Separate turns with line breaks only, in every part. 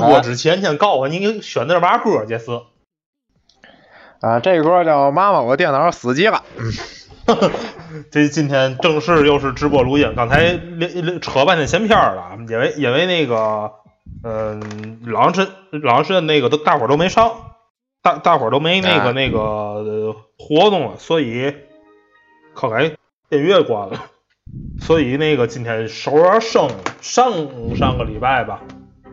到之前先告诉我你选的是嘛歌，杰斯。
啊，这歌叫《妈妈，我电脑死机了》。
这今天正式又是直播录音，刚才扯半天闲篇了，因为因为那个，嗯、呃，老神老神那个都大伙儿都没上，大大伙儿都没那个、
啊
那个、呃活动了，所以靠哎电乐关了，所以那个今天手有点生，上上个礼拜吧，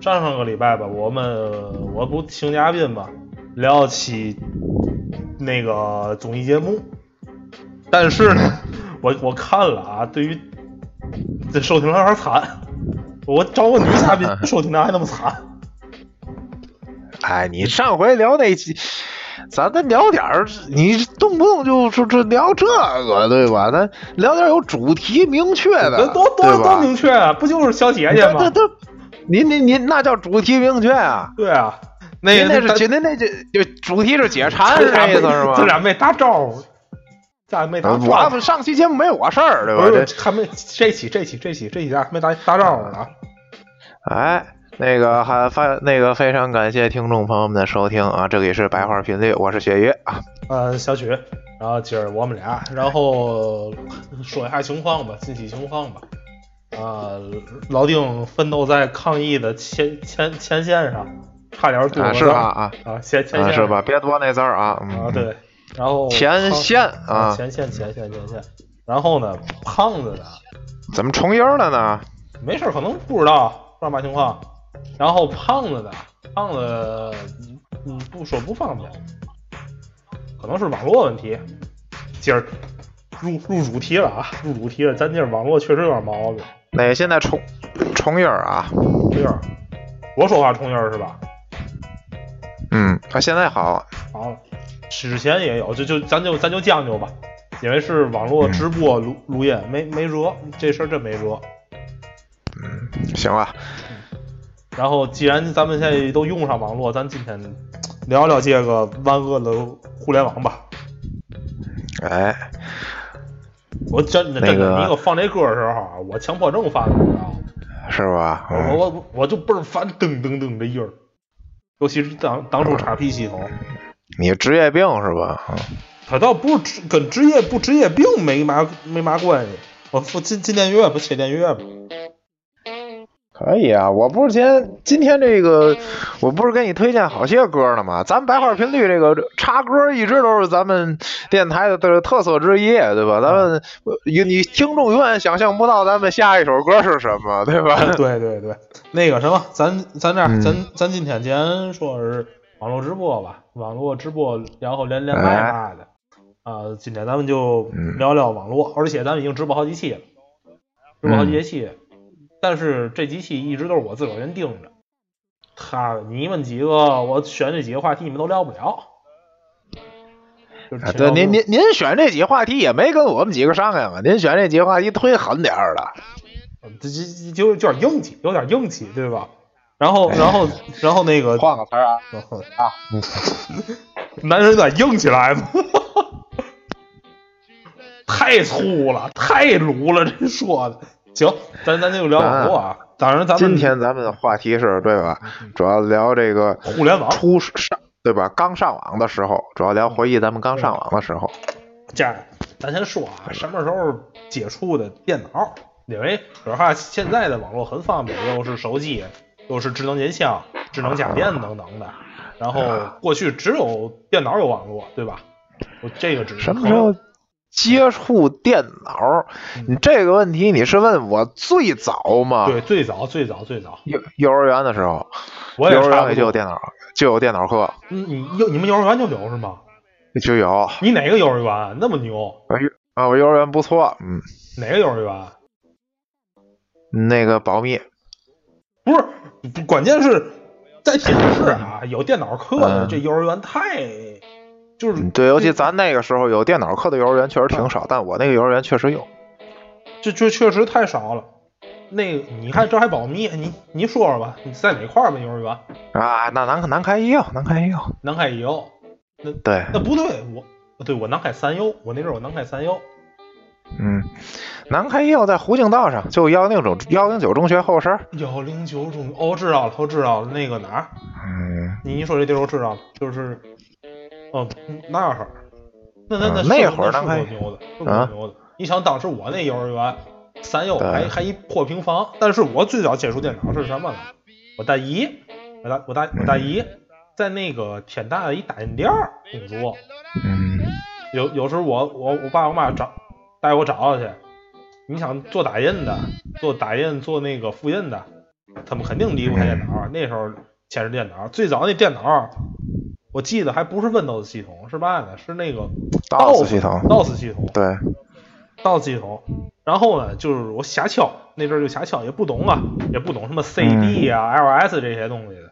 上上个礼拜吧，我们我不请嘉宾吧，聊起那个综艺节目。但是呢， 我我看了啊，对于这收听量有点惨，我找个女嘉 宾收听量还那么惨。
哎，你上回聊那期，咱咱聊点儿，你动不动就就就聊这个，对吧？咱聊点儿有主题明确
那
的，
多多
对
多
吧？
明确啊，不就是小姐姐
这
吗？
这，您您您那叫主题明确啊！
对啊，那
您
个
那是
咱
解，您那就就主题是解馋，
咱
是
俩
这
没
意思是吗？
咱俩没打招呼，咱俩没打
呃
招呼。
我们上期节目没我事儿，对吧？
不是
这
还没这期这期这期这期咱俩还没打打招呼呢。
哎，那个还发那个非常感谢听众朋友们的收听啊！这里是白话频率，我是雪鱼啊。
呃，小曲，然后今儿我们俩，然后说一下情况吧，近期情况吧。啊、老丁奋斗在抗疫的前前前线上，差点堵
啊，
了
是吧？啊，
啊，前前
啊
线
是
上
吧？别多那字儿啊。嗯
啊，，对，然后
前线啊
前线前线前线，然后呢，胖子呢，
怎么重音儿了呢？
没事儿，可能不知道不知道嘛情况。然后胖子呢，胖子嗯不说不方便，可能是网络问题。今儿入入主题了啊，入主题了，咱今儿网络确实有点毛病，
那现在重重音儿啊，
重音儿。我说话重音儿是吧？
嗯，啊，现在好，
好了，之前也有，就就咱就咱就将就吧，因为是网络直播录录音，没没辙，这事儿真没辙。
行了，
然后，既然咱们现在都用上网络，咱今天聊聊这个万恶的互联网吧。
哎，
我真的
那个
真的，你给我放这歌的时候啊，我强迫症犯了，你知道吗？
是吧？
我
嗯，
啊我我我就倍儿烦噔噔噔这音儿，尤其是当当初叉 P 系统，
你职业病是吧？嗯
它倒不是职跟职业不职业病没嘛没嘛关系。我我进进电乐不切电乐吗？
可以啊，我不是今天今天这个，我不是给你推荐好些歌呢吗？咱们白话频率这个插歌一直都是咱们电台的的特色之一，对吧？咱们
嗯
你你听众永远想象不到咱们下一首歌是什么，对吧？
对对对，那个什么，咱咱这样，
嗯
咱咱今天既然说是网络直播吧，网络直播，然后连连麦
哎
嘛的，啊、今天咱们就
嗯
聊聊网络，而且咱们已经直播好几期了，直播好几期，
嗯
但是这几期一直都是我自个儿人盯着，他你们几个，我选这几个话题，你们都聊不了。就是
啊
挺
对，
闹
您
腾
您您选这几个话题也没跟我们几个商量啊，您选这几个话题忒狠点儿了。
这这就有点硬气，有点硬气，对吧？然后，
哎
然后，然后那个
换个词儿啊！啊，
男人咋硬起来吗？太粗了，太鲁了，这说的。行，咱咱就聊网络啊。当然，咱们嗯
今天咱们的话题是对吧？主要聊这个
互联网
初上对吧？刚上网的时候，主要聊回忆咱们刚上网的时候。
这样，咱先说啊，
嗯
什么时候接触的电脑？因为说话现在的网络很方便，又是手机，又是智能音箱、智能家电等等的。然后
啊
过去只有电脑有网络，对吧？我这个只是
什么时候接触电脑？你这个问题你是问我最早吗？
嗯对，最早最早最早，
幼幼儿园的时候，
我也
幼儿
差
园
不
里就有
多。
电脑，就有电脑课，
嗯，你幼你们幼儿园就有是吗？
就有
你哪个幼儿园那么牛？
啊。我幼儿园不错，嗯，
哪个幼儿园？
那个保密，
不是，不关键是在天津市啊，有电脑课的
嗯
这幼儿园太就是
嗯对，尤其咱那个时候有电脑课的幼儿园确
嗯
实挺少，但我那个幼儿园确实有。
这这确实太少了。那个你看这还保密，你你说说吧，你在哪块儿吧？幼儿园
啊，那南南开也有，南开也有，
南开也有，
对，
那不对，我对我南开三优，我那阵儿我南开三优，
嗯，南开药在湖景道上，就幺零九幺零九中学后身。
幺零九中哦，我知道了，我知道了，那个哪儿？
嗯，
你一说这地儿我知道了，就是，哦，那会儿，那那那、
嗯那会儿
是
那还
够牛的，是够
啊
牛的。你想当时我那幼儿园，三幼
对
还还一破平房，但是我最早接触电脑是什么呢？我大姨，我大我大我大姨在那个天大的一打印店儿工作，
嗯，
有有时候我我我爸我妈找带我找找去，你想做打印的，做打印做那个复印的，他们肯定离不开电脑啊。那时候显示电脑，最早那电脑，我记得还不是 Windows 系统，是嘛呢？是那个
道士系统，
DOS 系统
对，
，DOS 系统。然后呢，就是我瞎敲，那阵儿就瞎敲，也不懂啊，也不懂什么 CD 啊、LS 这些东西的。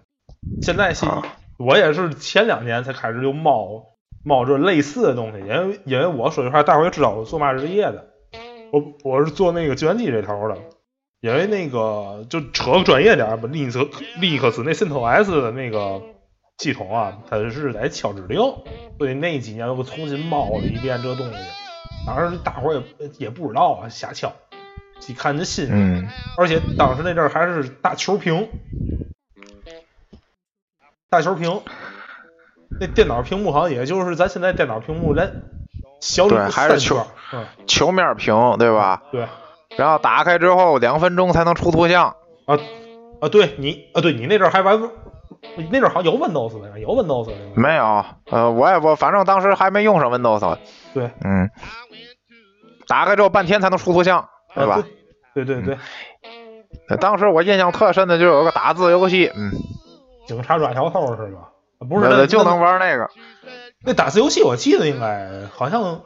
现在是
啊，
我也是前两年才开始就冒冒这类似的东西，因为因为我说句话，大伙儿也知道我做嘛职业的，我我是做那个计算机这头的，因为那个就扯个专业点儿吧，利克利克斯那 CentOS 的那个系统啊，它是在敲指令，所以那几年又重新冒了一遍这东西，当时大伙儿也也不知道啊，瞎敲，一看这新鲜
嗯，
而且当时那阵儿还是大球屏，大球屏，那电脑屏幕好像也就是咱现在电脑屏幕连小
对
李
还
圈
是球
儿，嗯，
球面屏对吧？
对
然后打开之后两分钟才能出图像，
啊啊，对你啊，对你那阵儿还玩，你那阵儿好像有 Windows 的，有 Windows 的，
没有，呃，我也不，反正当时还没用上 Windows，
对，
嗯，打开之后半天才能出图像，对吧
啊？对对对对，
呃当时我印象特深的就是有个打字游戏，嗯，
警察抓小偷是吧？啊不是，
呃
那
就
那
能玩那个，
那打字游戏我记得应该好像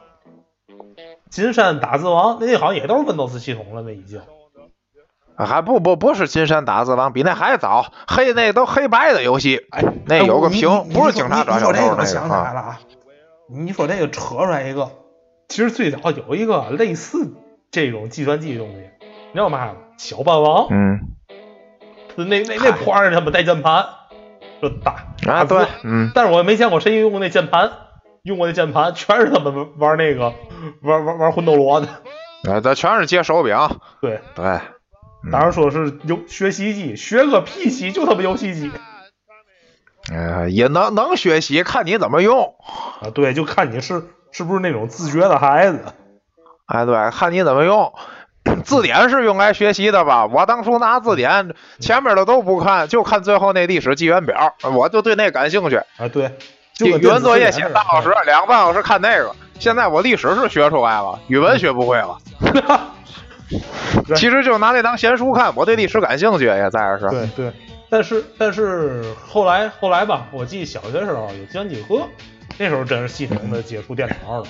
金山打字王，那好像也都是 Windows 系统了，那已经。
啊还不不不是金山打字王，比那还早，黑那都黑白的游戏，
哎，
那
哎
有
我
个
你
屏
你
不
你
是警
说
察
你
抓
你说
小偷
这
那
个
个
想起
啊
来了啊！你说这个扯出来一个，其实最早有一个类似这种计算机的东西，你知道嘛吗？小霸王，
嗯，
那那那
嗨
破玩意儿他妈带键盘，说打
啊
打字
对，嗯，
但是我也没见过谁用过那键盘，用过那键盘全是他们玩玩那个玩玩玩魂斗罗的。
啊，这全是接手柄，
对，
对，
当时说是游学习机，学个屁机，就他妈游戏机
呃，也能能学习，看你怎么用。
啊！对，就看你是是不是那种自觉的孩子。
哎，对，看你怎么用。字典是用来学习的吧？我当初拿字典，前面的都不看，就看最后那历史纪元表，我就对那感兴趣。
啊，对，就
语
跟电
文
子
作业
字
写
典
半小时
似，
两个半小时看那个。现在我历史是学出来了，语文学不会了，
的。
其实就拿那当闲书看。我对历史感兴趣也在这是，
对对，但是但是后来后来吧，我记得小学时候有计算机课，那时候真是系统的接触电脑了。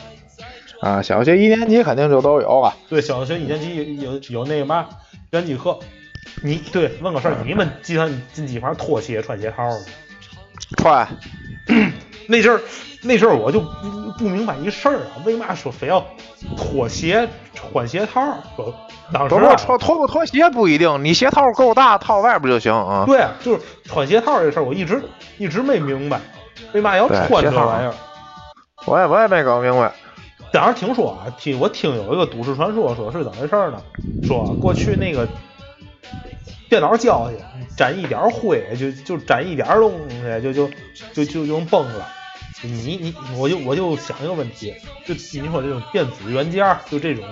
啊，小学一年级肯定就都有啊了。
对，小学一年级有有有那个嘛计算机课。你对问个事儿，你们计算进机房拖鞋穿鞋套吗？
穿，
那阵儿那阵儿我就不不明白一事儿啊，为嘛说非要拖鞋穿鞋套儿？说当时、
不
啊、
过穿脱不脱鞋不一定，你鞋套够大，套外边就行啊。
对，就是穿鞋套这事儿，我一直一直没明白，为嘛要
对
穿这
鞋套
玩意儿？
我也我也没搞明白。
当时听说啊，听我听有一个都市传说，说是怎么回事儿呢？说过去那个电脑胶去沾一点儿灰，就就沾一点儿东西，就就就就就能崩了。你你我就我就想一个问题，就你说这种电子元件儿，就这种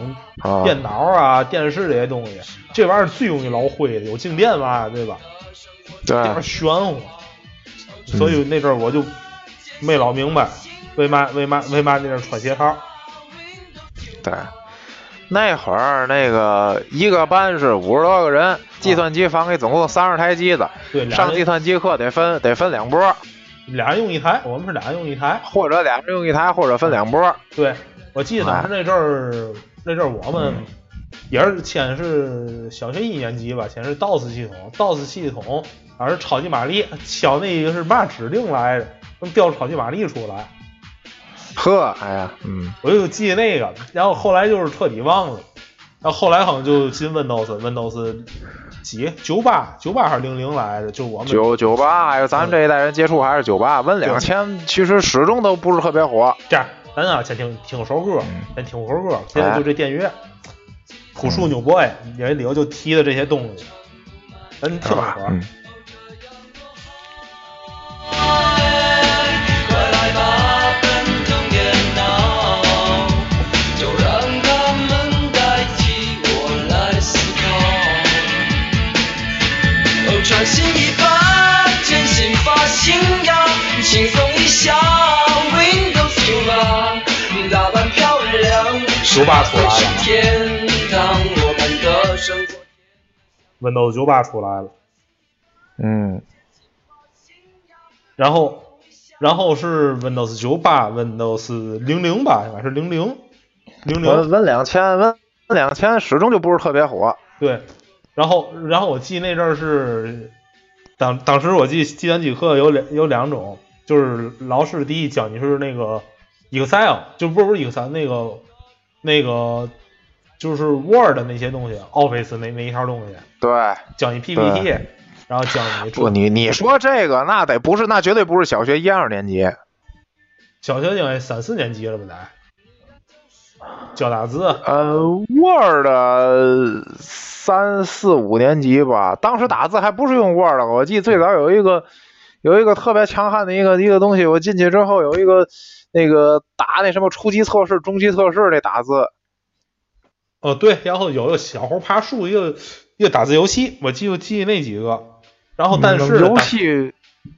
啊
电脑啊、电视这些东西，这玩意儿最容易捞灰的，有静电嘛，对吧？
对，嗯
有点玄乎，所以那阵儿我就没老明白为嘛为嘛为嘛那阵儿穿鞋套儿。
对，那会儿那个一个班是五十多个人，计算机房里总共三十台机子，
对，俩
上计
人
算机课得分得分两波，
俩人用一台，我们是俩人用一台。
或者俩人用一台，或者分两波。
对，我记得当时那阵儿那阵儿我们也是先是小学一年级吧，先是 DOS 系统，DOS 系统当时超级玛丽敲那个是嘛指令来着，能调出超级玛丽出来。
呵，哎呀，嗯，
我就记那个，然后后来就是彻底忘了，然后后来好像就进 Windows Windows 几九八九八还是零零来着，就我们
九九八，哎呦，咱们这一代人接触还是九八，Win 两千其实始终都不是特别火。
这样咱啊先听听首歌，先听会儿歌，现
嗯哎
在就这电乐，朴树纽 boy，因为里头就提的这些东西，咱听会儿。
嗯，
快来吧，奔腾电脑，哦就让他们代替我来思考。哦，穿新衣吧，全新发型呀，轻松一下，Windows 九八，打扮漂亮，
九八出来了
是天堂，我们的生活。
Windows 九八出来了，
嗯，
然后然后是 Windows 九八，Windows 零零吧，应该是零零零
温
零
温两千，温温两千始终就不是特别火。
对。然后然后我记那阵儿是当当时我记计算机课有两有两种，就是老师第一讲你是那个 Excel，就不是不是 Excel 那个那个就是 Word 那些东西，Office 那那一套东西，
对，
讲你 PPT，然后讲你
不，你你说这个，那得不是，那绝对不是小学一二年级。
小学应该三四年级了吧得，教打字，
呃，Word 呃三四五年级吧，当时打字还不是用 Word 了，我记得最早有一个有一个特别强悍的一个一个东西，我进去之后有一个那个打那什么初级测试、中级测试那打字，
哦对，然后有个小猴爬树，一个一个打字游戏，我记就记那几个，然后哦但是
游戏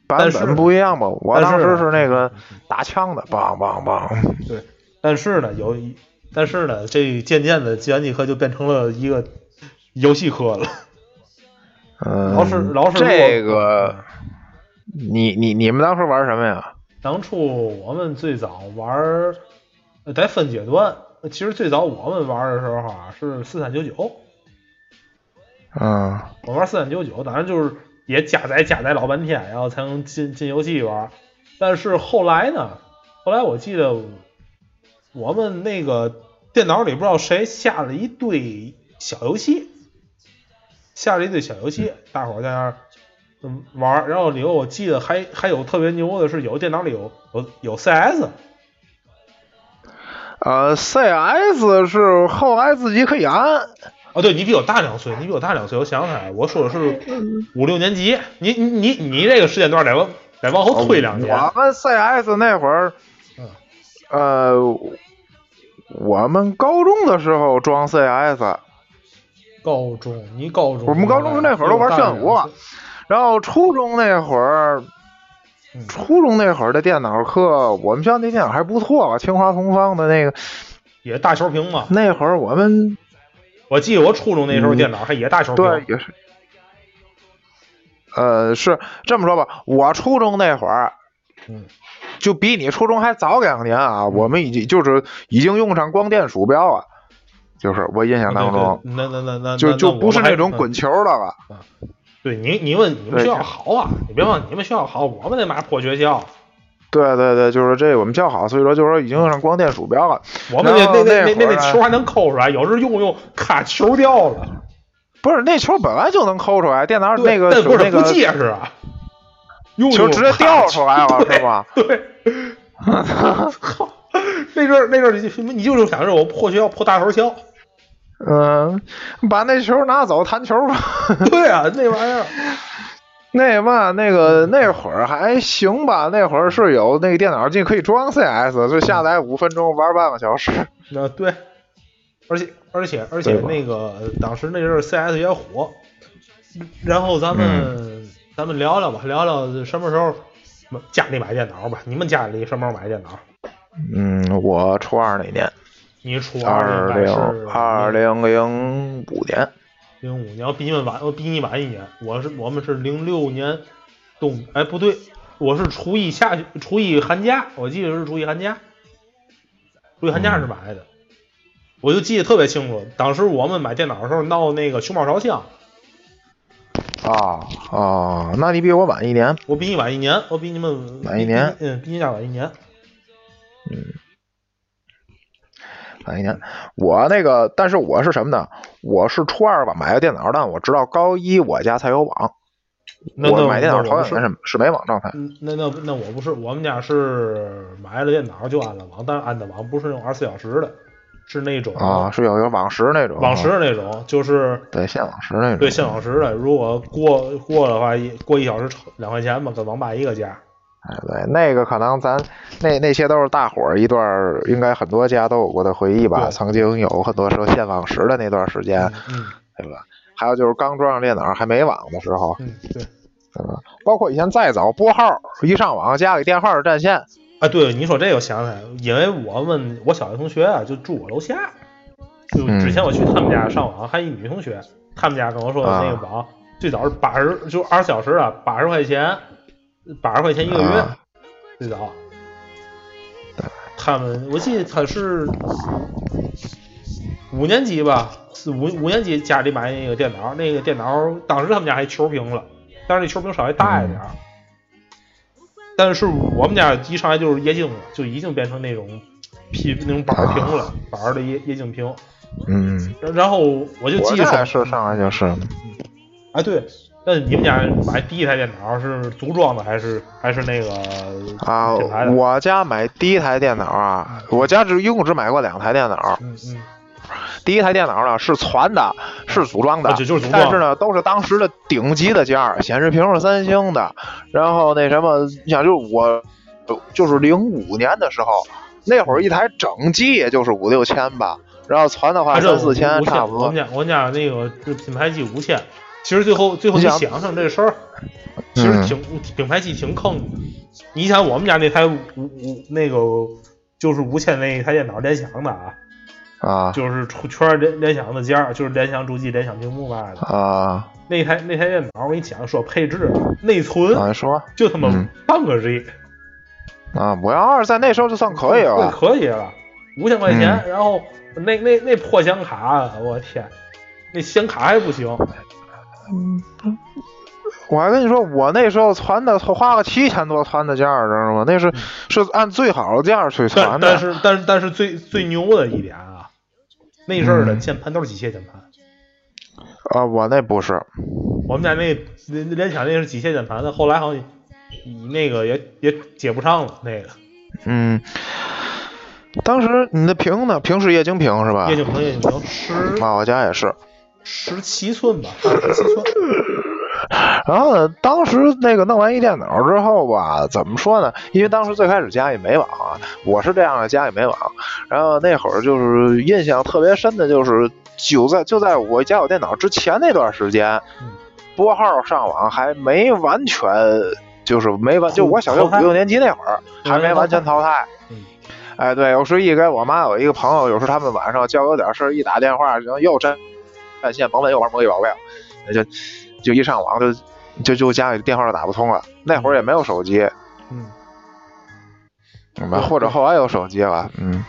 版
但是
本不一样吧？我
但
当时
是
是那个打枪的，梆梆梆，
对，但是呢有一，但是呢这渐渐的计算机课就变成了一个游戏课了，
嗯，
老师老师
这
给我
个你你你们当时玩什么呀？
当初我们最早玩儿呃得分阶段，其实最早我们玩儿的时候啊是四三九九。
嗯
我玩四点九九，当然就是也加载加载老半天，然后才能进进游戏玩。但是后来呢，后来我记得我们那个电脑里不知道谁下了一堆小游戏，下了一堆小游戏，大伙儿在那儿嗯玩儿。然后里头我记得还还有特别牛的是，有电脑里有有有 CS，
呃，CS 是后来自己可以安，
哦，对你比我大两岁，你比我大两岁，我想起来了，我说的是五六年级，你你你你这个时间段得往得往后推哦两年。
哦我们 CS 那会儿
嗯，
呃，我们高中的时候装 CS，
高中，你高中，
我们高中是那会儿都玩炫舞啊然后初中那会儿
嗯，
初中那会儿的电脑课，我们学校那电脑还不错吧，清华同方的那个。
也大球屏嘛。
那会儿我们
我记得我初中那时候
嗯
电脑还也大球屏，
对也是，呃，是这么说吧，我初中那会儿
嗯，
就比你初中还早两年啊，我们已经就是已经用上光电鼠标啊，就是我印象当中，
对对那那那那
就
那
就
那
不是
我还
那种滚。
嗯
球的了。
对你你问你们
对
学校好啊？你别忘你们学校好，我们那妈破学校，
对对对，就是这我们较好，所以说就是说已经用上光电鼠标了。
我们那
然后
那那
那会
那
儿
那球还能抠出来，有时候用用卡球掉了。
不是那球本来就能抠出来，电脑
对
那个
但
手
不
那
是不
个
结实啊，用
球
用
直接掉出 来了，是吧？
对，靠，那阵儿那阵儿你就你就是想着我破学校破大头校，
嗯，把那球拿走弹球吧。
对啊，那玩意儿。
那嘛，那个那会儿还行吧，那会儿是有那个电脑进可以装 CS，就下载五分钟玩半个小时。
那对，而且而且而且
对吧
那个呃当时那阵儿 CS 也火，然后咱们、
嗯
咱们聊聊吧，聊聊什么时候家里买电脑吧。你们家里什么时候买电脑？
嗯，我初二那年，
你初
二
应该
零
是
二零零五年，
零五年，我比你们晚，我比你晚一年。我是我们是零六年冬，哎不对，我是初一下学初一寒假，我记得是初一寒假，初一寒假是
嗯
买的，我就记得特别清楚。当时我们买电脑的时候闹那个熊猫烧香，
啊啊，那你比我晚一年。
我比你晚一年，我比你们
晚一年
比嗯，比你俩晚一年。
哪一年？我那个，但是我是什么呢？我是初二吧买的电脑，但我直到高一我家才有网。
那
我
那
买电脑
那我
好
不
像是
是，
是没网状态，
嗯那那那我不是，我们家是买了电脑就安了网，但是安的网不是那种二十四小时的，是那种
啊，是有一个网时那种，
网时那种，就是
对限网时那种，
对限网时的。如果过过的话，一过一小时两块钱吧，跟网吧一个价。
哎，对，那个可能咱那那些都是大伙儿一段儿，应该很多家都有过的回忆吧。
对
曾经有很多时候限网时的那段时间，
嗯
对吧？还有就是刚装上电脑还没网的时候，
嗯，对。
对吧？包括以前再早拨号，一上网家里电话是占线，
啊，对，你说这个想起来，了，因为我们我小学同学啊，就住我楼下，就
嗯
之前我去他们家上网，还一女同学，他们家跟我说的那个
啊
网、最早是八十，就二十小时啊，八十块钱，八十块钱一个月，
啊
最早。他们我记得他是五年级吧，是五五年级家里买那个电脑，那个电脑当时他们家还球屏了，但是那球屏稍微大一点儿。但是我们家一上来就是液晶了，就已经变成那种皮那种板儿屏
啊
了，板儿的液液晶屏。
嗯，
然然后我就
我
记
这
得
还是上来就是，
啊，对，那你们家买第一台电脑是组装的还是还是那个
啊
品牌的？，
我家买第一台电脑啊，我家只一共只买过两台电脑，
嗯嗯，
第一台电脑呢是传的，是组装的，
啊就就是组装
但是呢，都是当时的顶级的件儿，显示屏是三星的，然后那什么，你想就是我，就是零五年的时候，那会儿一台整机也就是五六千吧，然后传的话
还是
三啊四千
啊五
差不
我
多
们。家我们家那个就是品牌机五千，其实最后最后你
你想
想想这事儿，其
嗯
实挺品牌机挺坑的。你想我们家那台五五那个就是五千那一台电脑联想的啊，
啊
就是出圈儿联联想的件儿，就是联想主机、联想屏幕嘛的。
啊，
那台那台电脑，我跟你讲，说配置、内存
啊你说
就他妈
嗯
半个 G，
啊，五幺二在那时候就算可以啊
对
了，
可以了，五千块钱。
嗯
然后那那那破显卡，我天，那显卡还不行，
我还跟你说，我那时候传的花个七千多传的件儿，知道吗？那是是按最好的件儿去
但
传的。
嗯但是但是但是最最牛的一点啊，那阵儿的
嗯
键盘都是机械键盘，
啊，我那不是，
我们家那那那联想那是机械键盘的，后来好像你那个也也接不上了，那个
嗯，当时你的屏呢？屏是液晶屏是吧
液？晶屏液晶屏十
啊，我家也是。
十七寸吧，十七寸。
然后呢，当时那个弄完一电脑之后吧，怎么说呢？因为当时最开始家里没网啊，我是这样的，家里没网。然后那会儿就是印象特别深的，就是就在就在我家有电脑之前那段时间
嗯，
拨号上网还没完全，就是没完，就我小学
淘
五
汰
六年级那会儿 还没完全淘汰。
嗯
哎，对，我说一给我妈有一个朋友，有时候他们晚上交流点事儿，一打电话，然后又占占线，甭问又玩魔力宝贝了，哎就就一上网就就就家里电话就打不通了。那会儿也没有手机，
嗯，
明白？或者后来有手机了，嗯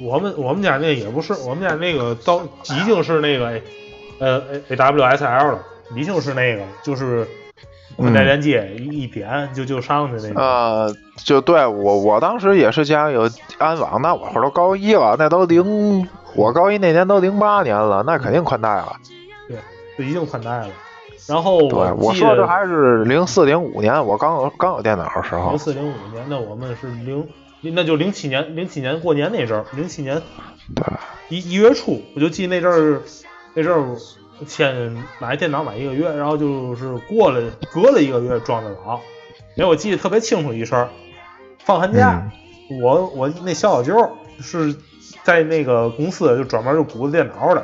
我们我们家那也不是，我们家那个到已经是那个呃 A W S L 了，已经是那个就是宽带连接
嗯
一点就就上去那种。
呃，就对我我当时也是家里有安网，那我会儿都高一了，那都零我高一那年都零八年了，那肯定宽带了。
对，就已经宽带了。然后嗯我
对，我
记
说这
得
还是零四零五年，我刚有刚有电脑的时候
零。四零五年，那我们是零，那就零七年，零七年过年那阵儿，零七年
对，
一一月初，我就记得那阵儿，那阵儿先买电脑买一个月，然后就是过了隔了一个月装的网，因为我记得特别清楚一事儿，放寒假，
嗯
我我那小小舅是在那个公司就专门就鼓捣电脑的，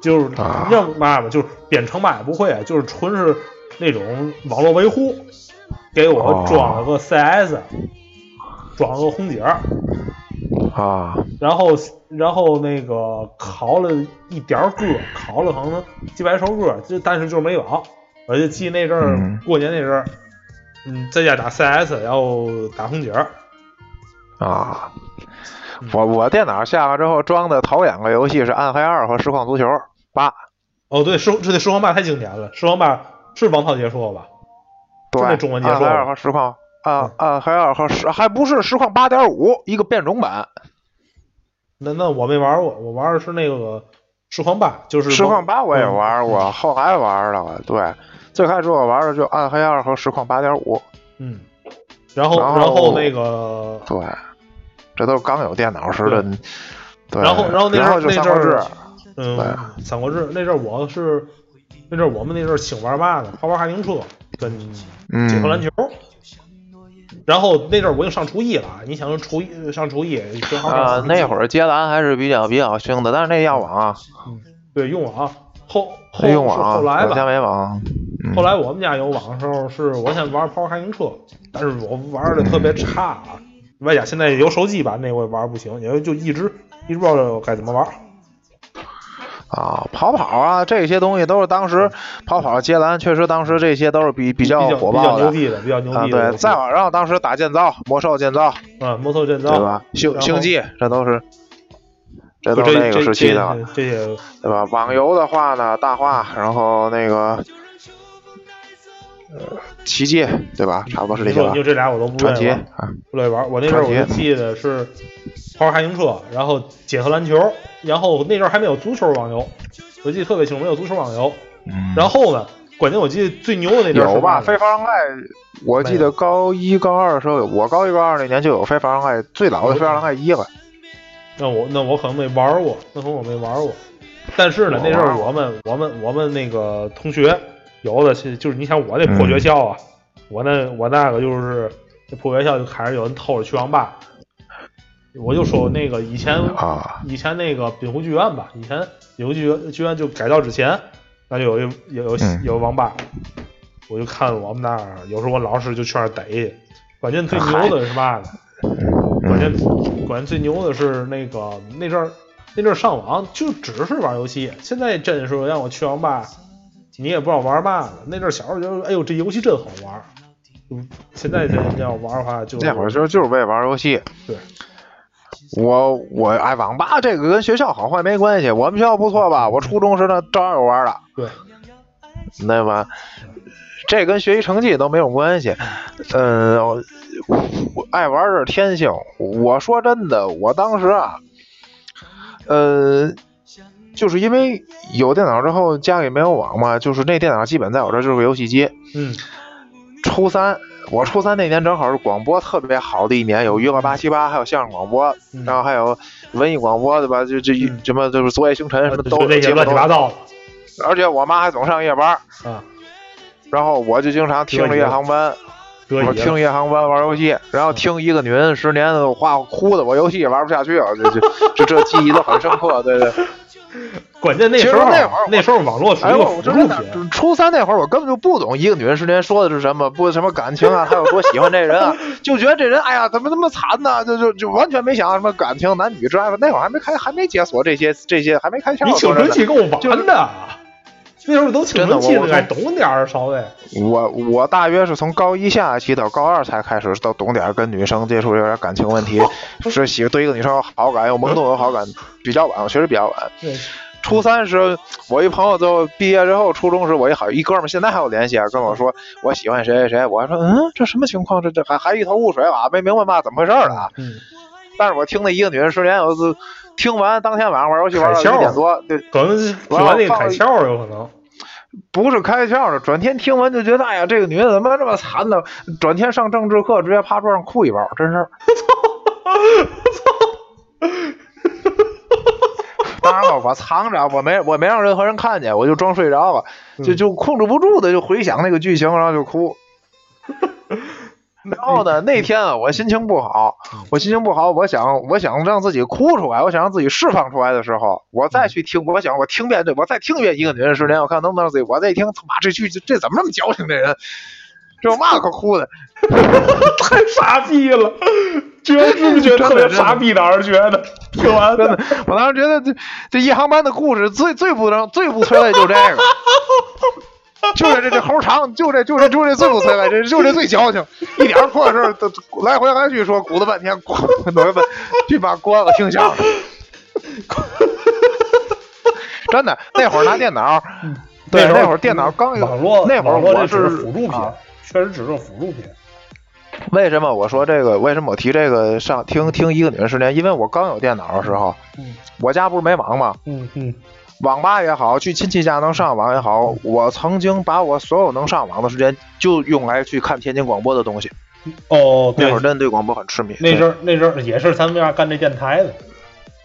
就是
啊
要嘛吧，就是编程嘛也不会，就是纯是那种网络维护，给我
哦
装了个 CS，、装了个红警，
啊，
然后然后那个考了一点儿歌，考了可能几百首歌，就但是就是没网。我就记那阵儿、
嗯
过年那阵儿，嗯，在家打 CS，然后打红警儿，
啊，
嗯
我我电脑下了之后装的头两个游戏是《暗黑二》和《实况足球八》。
哦，对，狮这对狮王八太经典了，狮王八是王涛解说吧？
对，
这么
《
中文解
暗
说
黑
吗
二》和《实况》
嗯
啊，《暗黑二》和实还不是《实况八点五》一个变种版，
那那我没玩过，我玩的是那个实况八，就是嗯
《实况八》我也玩过，后来玩的了。对，最开始我玩的就《暗黑二》和《实况八点五》，
嗯，然后
然后
然后那个
对，这都是刚有电脑时的。对，
然后
然
然后那阵儿
就
那
三
阵
国志
儿，嗯，《三国志》那阵儿我是那阵儿我们那阵儿请玩嘛呢？好玩卡丁车跟
嗯，
解放篮球。然后那阵儿我已经上初一了，啊你想初一上初一正好上
啊、
四年级
那会儿接蓝还是比较比较兴的，但是那要网啊，
对用网啊后后
那用
是
网啊，
后来
我
吧
家，没网。嗯
后来我们家有网的时候，是我想玩 Power 卡丁车，但是我玩的特别差啊。外加现在有手机版那我也玩不行，因为就一直一直不知道该怎么玩。
啊，跑跑啊，这些东西都是当时跑跑、接蓝，确实当时这些都是比
嗯比
比
较
火
比较
爆
牛
的。
逼的，比较牛
啊，
逼的游戏。
对，再往上当时打建造、魔兽建造，
啊，摩托建造
对吧？
然后
星星际，这都是，这
就
都
这
是那个
这
时期的，
这这些
对吧？网游的话呢，大话，然后那个，呃，奇迹，对吧？差不多是这
你
些
说
吧
你就。这俩我都不
传
乐意
奇
玩，
啊，
不乐意玩。我那阵儿我就
传
记得是跑卡丁车，然后解和篮球，然后那阵儿还没有足球网游，我记得特别清楚，没有足球网游。
嗯
然后呢，关键我记得最牛的那阵儿是
有吧？
嘛呢
非法让爱，我记
没有
得高一高二的时候有，我高一高二那年就有非法让爱，最早的非法让爱一了。
那我那我可能没玩过，那可能我没玩过。但是呢，
我
那阵
玩
儿
过
我们我们我们那个同学有的是就是你想我那破
嗯
学校啊，我那我那个就是那破学校就开始有人偷着去网吧。我就说那个以前
啊，
以前那个滨湖剧院吧，以前滨湖剧院剧院就改造之前，那就有一有有
嗯
有网吧，我就看我们那儿，有时候我老师就去那儿逮去。关键最牛的是嘛呢？关键关键最牛的是那个那阵儿那阵儿上网就只是玩游戏，现在真是让我去网吧，你也不知道玩嘛呢。那阵儿小时候觉得，哎呦这游戏真好玩儿，嗯现在这要玩的话就
那会儿就就是为玩游戏。
对，
我我哎，网吧这个跟学校好坏没关系，我们学校不错吧？我初中时呢照样玩了，
对
对吧？这跟学习成绩都没有关系。嗯，我我爱玩这是天性。我说真的，我当时啊，呃，就是因为有电脑之后家里没有网嘛，就是那电脑基本在我这就是个游戏机。
嗯
初三，我初三那年正好是广播特别好的一年，有娱乐八七八，还有相声广播，
嗯
然后还有文艺广播，对吧？就这
嗯啊
什么就是昨夜星辰什么都
就那些
基本
乱
都
七八糟的
而且我妈还总上夜班，
啊，
然后我就经常听着夜航班，
得
我
意
听夜航班玩游戏，然
嗯
后听一个女人十年的话，哭的我游戏也玩不下去了，这这这这记忆都很深刻，对对。
关键那时候
其实那会儿我
时候网络属于一
哎呦，
个
我
辅
真
助
的
品，
初三那会儿，我根本就不懂一个女人十年说的是什么，不什么感情啊，她有多喜欢这 人啊，就觉得这人哎呀怎么那么惨呢、就就就完全没想到什么感情、男女之爱，那会儿还没开还没解锁这些这些，还没开窍。
你青
说真
春
的
期够晚的，啊那时候都青春期
真的我
了，
我
该懂点儿稍微。
我我大约是从高一下学期到高二才开始到懂点儿跟女生接触，有点感情 问题，是喜对一个女生有好感，有懵懂有好感，比较晚，我确实比较晚。
对
初三时，我一朋友就毕业之后，初中时我一好一哥们儿，现在还有联系啊，跟我说我喜欢谁谁谁，我还说嗯，这什么情况？这这还还一头雾水啊，没明白嘛，怎么回事儿呢？
嗯，
但是我听那一个女人失联，我就听完当天晚上玩游戏玩到
开窍
一点多，对，
可能是喜欢那个开窍儿有可能。
不是开窍的，转天听完就觉得，哎呀，这个女的怎么这么惨呢？转天上政治课，直接趴桌上哭一包，真事儿。当然了，我藏着，我没我没让任何人看见，我就装睡着了，就就控制不住的就回想那个剧情，然后就哭。然后呢，那天啊，我心情不好，我心情不好，我想我想让自己哭出来，我想让自己释放出来的时候，我再去听，我想我听遍这，我再听遍一个女人十年，我看能不能让自己，我再一听，他妈这剧这这怎么这么矫情？这人，这有嘛可哭的？
太傻逼了，觉得是不是觉得特别傻逼的？而觉得听完
真的， 我当时觉得这这夜航班的故事最最不能最不催泪就这个，就这这这猴长，就这就这就这最不催泪，这就这最矫情，一点儿破事儿都来回来去说，鼓捣半天，鼓捣半去把关了，听相声。真的，那会儿拿电脑，
嗯
对，那会儿电脑刚有
网络，
那会儿
网络
我
这只
是
辅助品
啊，
确实只是辅助品。
为什么我说这个？为什么我提这个上听听一个女人十年？因为我刚有电脑的时候，
嗯
我家不是没网吗？
嗯嗯
网吧也好，去亲戚家能上网也好，我曾经把我所有能上网的时间就用来去看天津广播的东西。
哦，
那
对
会儿，真的对广播很痴迷。
那阵
对
儿那阵儿也是咱们家干这电台的。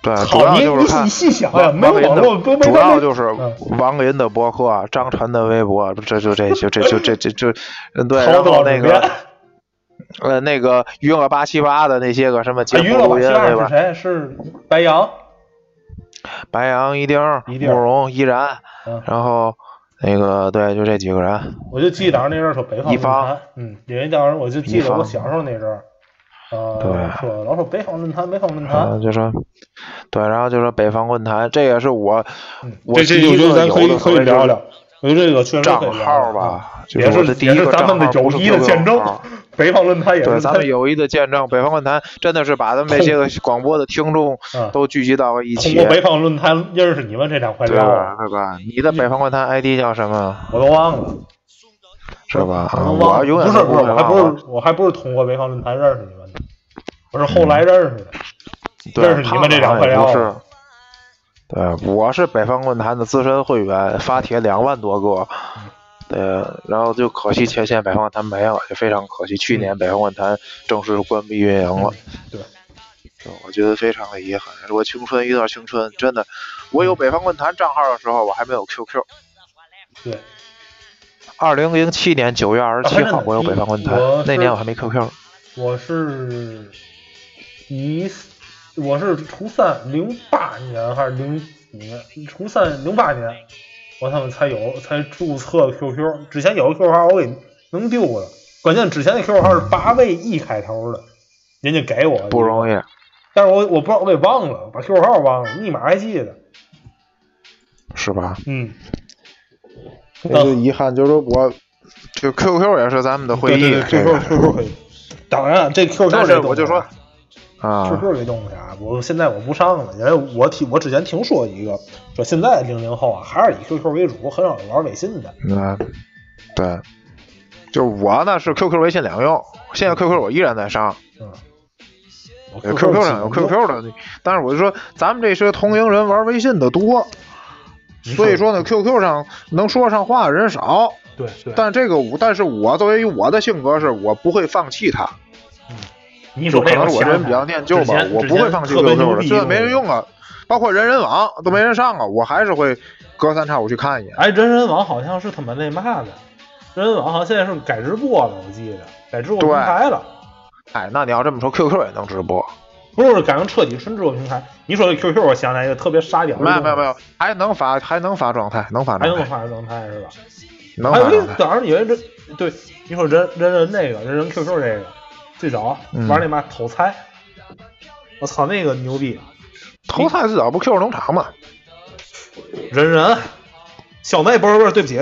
对，主
好，
要
你
就
你
是
细
看
你细想呀，没有
王林
网
的
络都没
主
法
要
儿
就是
嗯
王林的博客、啊张晨的微博，啊这就这就这就这这就对，
操
然
作
后
里边
那个呃那个娱乐八七八的那些个什么
啊
节
娱
目
乐
录
版
音
七
对
二是
吧？
谁？是白杨。
白杨、一丁、
一丁
慕容、依然
嗯，
然后那个对，就这几个人。
我就记得当时那阵儿说北方
一
论坛
方，
嗯，因为当时我就记
一
得
方
我小时候那阵儿，呃，
对啊
说老说北方论坛，北方论
然
坛，
后就说，对，然后就说北方论坛，这也是我
嗯，
我
这这
第一
我觉得
个
咱
有
可以
的
可
所
以
谓就
聊
是
聊，我觉得这个确实可
账
以聊啊
号，吧，就
也
我的
是
第
也
一
是
个
咱
账
们的
号
友
不是
谊的
QQ
见证
号，
北方论坛也
对，
是
咱们友谊的见证，北方论坛真的是把咱们这些个广播的听众
嗯
都聚集到了一
通
起，
过
对
北方论坛认识你们这两块料
吧？
啊，
对吧？你的北方论坛 ID 叫什么？
我都忘了，
是吧？
嗯我
啊
都忘
我
了，
永
不
远
是
都
不是，
会
我还
忘
不
了。
是我还不是通过北方论坛认识你们的，我是后来认识的，
对，
认识你们这两块料
胖子好像也不是。对，我是北方论坛的资深会员，发帖两万多个。对，然后就可惜前线北方论坛没有，也非常可惜。去年北方论坛正式关闭运营了。
对，
对，我觉得非常的遗憾。我青春一段青春，真的，我有北方论坛账号的时候，我还没有 QQ。
对，
二零零七年九月二十七号
啊，
我有北方论坛
真的我，
那
是
年我还没 QQ。
我是一四，我是初三零八年还是零几年？初三零八年，我他们才有才注册 QQ，之前有个 QQ 号我给弄丢了，关键之前的 QQ 号是八位一开头的，人家给我
不容
易，
易。
但是我我不知道我给忘了，我把 QQ 号忘了，密码还记得，
是吧？
嗯，
也就遗憾，就是说我，就 QQ 也是咱们的回忆。
对对对
这个
QQ QQ 可以，当然啊这 QQ
但是
这东
我就
西
说
啊
啊，
QQ 这东西啊，我现在我不上了，因为我听我之前听说一个，说现在零零后啊还是以 QQ 为主，很少玩微信的。
嗯，对，就是我呢是 QQ、微信两用，现在 QQ 我依然在上
嗯，我
呃，QQ 上有
几个
QQ 的，但是我就说咱们这些同龄人玩微信的多，
你
所以说呢，QQ 上能说上话的人少。
对对，
但这个我，但是我作为我的性格是我不会放弃它，
你
就
说
可
这个
能是我这人比较念旧吧，我不会放弃 QQ 的，
就
就算没人。用啊，包括人人网都没人上啊，我还是会隔三差五去看一眼。
哎，人人网好像是他们那嘛的，人人网好像现在是改直播了，我记得改直播平台了，
哎，那你要这么说，QQ 也能直播？
不是改成彻底纯直播平台。你说这 QQ，我想起来一个特别傻屌的
没
东西，
有没有没有，还能发还能发状态，能发
还
状
能
态，
发生状态是吧？
能
还有一
发状
个
态。
早上以为这对，你说人人人那个人人 QQ 这个，最早
嗯
玩那嘛偷菜，我操那个牛逼，
头菜最早不 QQ 农场嘛？
人人校内不是不是，对不起，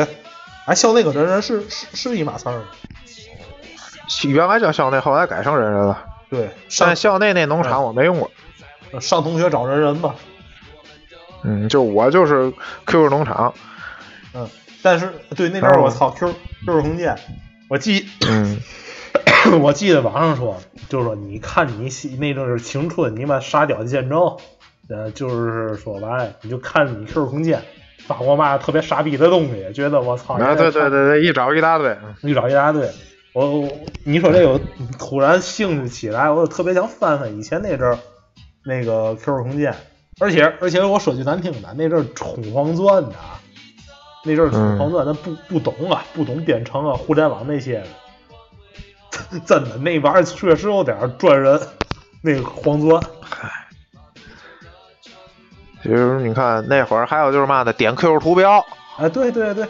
哎校内个人人是是是一码事儿吗？
原来叫校内，后来改成人人了。
对，上呃
但校内那农场我没用过。
上同学找人人嘛，
嗯，就我就是 QQ 农场。
嗯，但是对那阵儿我操 Q Q 空间，我记
嗯，
我记得网上说，就是说你看你喜那阵是青春，你把傻屌的见证，呃，就是说白了，你就看你 QQ 空间发过嘛特别傻逼的东西，觉得我操，
啊对对对对，嗯一找一大堆。
遇找一大堆。我我你说这个，我突然兴趣起来，我特别想翻翻以前那阵儿那个 QQ 空间，而且而且我说句难听的，那阵儿冲黄钻的啊，那阵儿冲黄钻，咱不不懂啊，不懂编程啊，互联网那些的，真的那玩意儿确实有点儿赚人，那个黄钻，
其实你看那会儿还有就是嘛的，点 QQ 图标。
哎，对对对，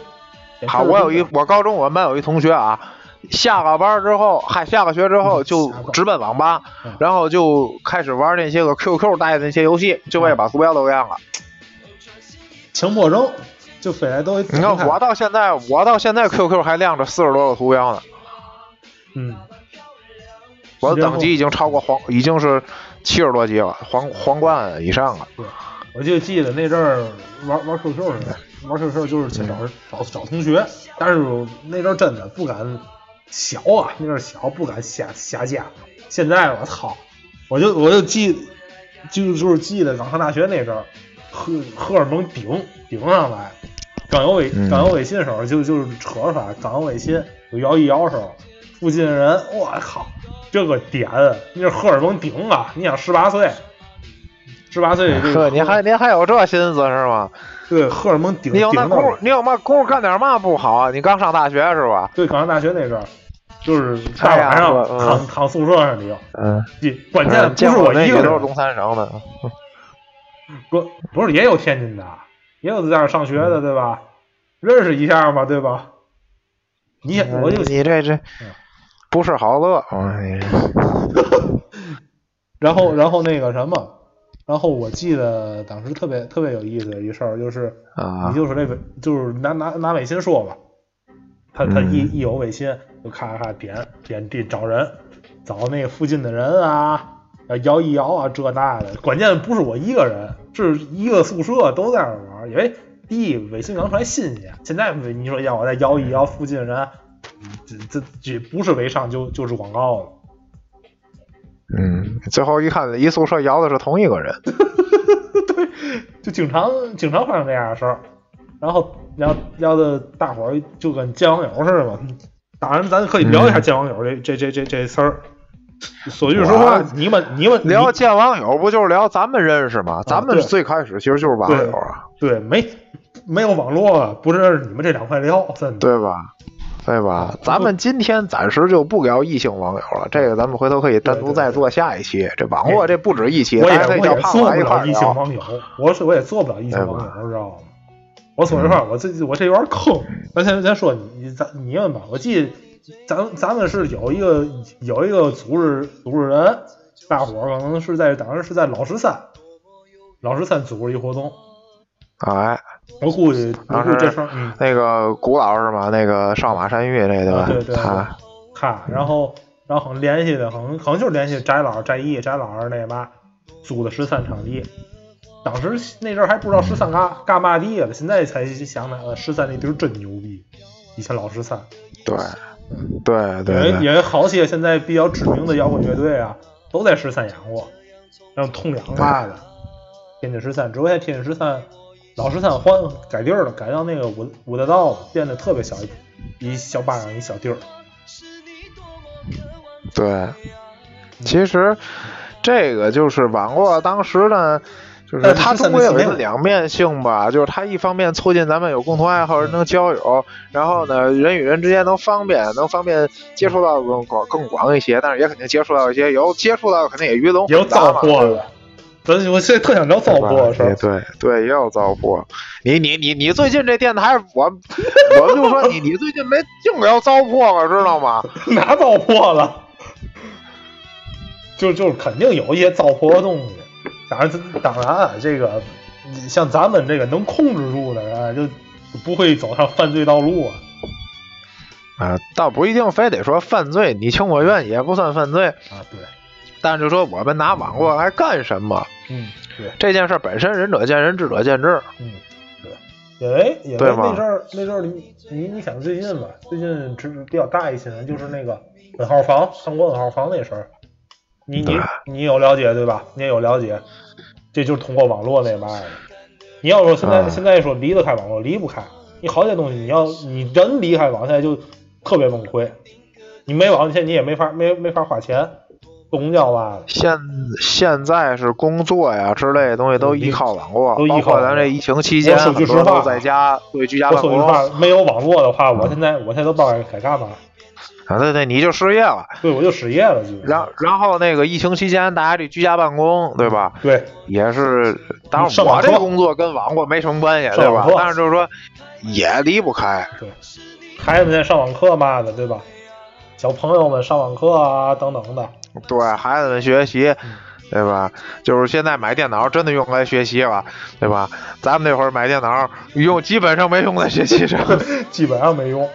好，我有一我高中我们班有一同学啊，下了班之后，还下了学之后
嗯
就
下班
直奔网吧
嗯，
然后就开始玩那些个 QQ 带的那些游戏，就为了把图标都亮了。
强迫症，就非得都
你看我到现在，我到现在 QQ 还亮着四十多个图标呢，
嗯。
我的等级已经超过皇，已经是七十多级了，皇皇冠以上了。
我就记得那阵儿玩玩 QQ 去，玩 QQ 就是去找人找找同学，但是我那阵儿真的不敢小啊，那阵儿小不敢瞎瞎加。现在我操，我就我就记，就就是记得刚上大学那阵儿，荷荷尔蒙顶顶上来，港有尾
嗯
港有尾信手就就是扯法，港有尾信有摇一摇手，附近人我靠，这个点那是荷尔蒙顶啊！你想十八岁，十八岁这
呵，
个
您还您还有这心思是吗？
对荷尔蒙顶
你有
顶
那
到
功
了
夫，你有那功夫干点嘛不好啊？你刚上大学是吧？
对港上大学那阵儿，就是大
哎呀
晚上
我嗯
躺躺宿舍上里头，
嗯，
关键不
见
是
我
我
那
一
也
个
都是
人，
东三省的，
不不是也有天津的，也有在那儿上学
嗯
的，对吧？认识一下嘛，对吧？你
嗯
我就嗯
你这这不是好乐，嗯，你这
然后然后那个什么，然后我记得当时特别特别有意思的一事儿，就是
啊
你，就说这个就是拿拿拿违心说吧，他他
嗯
一一有违心就咔咔点点地找人，找那个附近的人啊，啊摇一摇啊这那的，关键不是我一个人，是一个宿舍都在那儿玩儿，因为第一违心刚出来新鲜，现在你说让我再摇一摇附近人，这这这不是违上就就是广告了。
嗯，最后一看，一宿舍摇的是同一个人，
就经常经常发生这样的事儿，然后然后要的大伙儿就跟见网友似的嘛。当然，咱可以聊一下见网友这、这这这这事儿。所以说话
哇，
你们你们
聊
你啊
见网友不就是聊咱们认识吗？咱们
对
最开始其实就是网友啊，
对没没有网络啊，不是你们这两块料，真的。
对吧？对
啊
吧？咱们今天暂时就不聊异性网友了，这个咱们回头可以单独再做下一期。这网络这不止一期，
哎我也
大家可以
我
叫
也
胖
做
子来
不
一块
了
儿啊
异性
聊。
网友，我是我也做不了异性网友，知道吗？我说实话，我这我这有点坑。咱先咱说你咱你们吧，我记得咱咱们是有一个有一个组织组织人，大伙儿可能是在当时是在老十三，老十三组织一活动，
哎，
我估计我估计这事儿，嗯，
那个古老是吗？那个上马山玉那对吧？
啊对对对
他
他，然后然后可能联系的可能可能就是联系翟老翟一翟老二那嘛租的十三场地，当时那阵儿还不知道十
嗯
三干干嘛地了，现在才想起来了，十三那地儿真牛逼，以前老十三。
对对
因
对
为
对
因为好些现在比较知名的摇滚乐队啊，都在十三养过，像痛痒嘛的，天津十三，只不过现在天津十三老十三换改地儿了，改到那个五五大道了，变得特别小一一小巴掌一小地儿。
对，其实这个就是网络当时呢。就是
但是
它
13
终归有
的
一
前
个
面
两面性吧，就是它一方面促进咱们有共同爱好，人能交友，然后呢，人与人之间能方便，能方便接触到更广更广一些，但是也肯定接触到一些有接触到肯定也鱼龙
也有
混杂
糟
嘛，
粕了。咱我现在特想聊糟粕的事
对
儿，
对对，也有糟粕。你你你你最近这电台，我我就说你你最近没净聊糟粕了，知道吗？
哪糟粕了？就就是肯定有一些糟粕的东西，当然当然啊这个你像咱们这个能控制住的人啊，就就不会走上犯罪道路啊。
啊，倒不一定非得说犯罪，你情我愿也不算犯罪，
啊，对，
但是就说我们拿网络来干什么
嗯，对，
这件事儿本身，仁者见仁，智者见智。
嗯，对，因为因为
对吧
那阵儿那阵儿你你你想最近吧，最近只比较大一新闻就是那个稳号房，韩国稳号房那事儿，你你
对
你有了解对吧？你也有了解，这就是通过网络那嘛的。你要说现在、
嗯
现在说离得开网络离不开，你好些东西你要你人离开网现在就特别崩溃，你没网现在你也没法没没法花钱，坐公交啊嘛的。
现现在是工作呀之类的东西都依靠网络，
嗯都依靠
包括咱这疫情期间，
我说
很
句实
多人
话
都在家对居家
我
办
说
公
句实
啊，
话，没有网络的话，我现在我现在都不知道该干嘛。
啊对对，你就失业了。
对，我就失业了，基本
然
上。
后然后那个疫情期间，大家这居家办公，对吧？
对，
也是，当
上
然
网
我这
课
工作跟网络没什么关系，
上
对
网
吧
课？
但是就是说也离不开，
孩子们在上网课嘛的，对吧？小朋友们上网课啊，等等 的。
对孩子们学习，对吧？就是现在买电脑真的用来学习了，对吧？咱们那会儿买电脑用基本上没用来学习上，
基本上没用。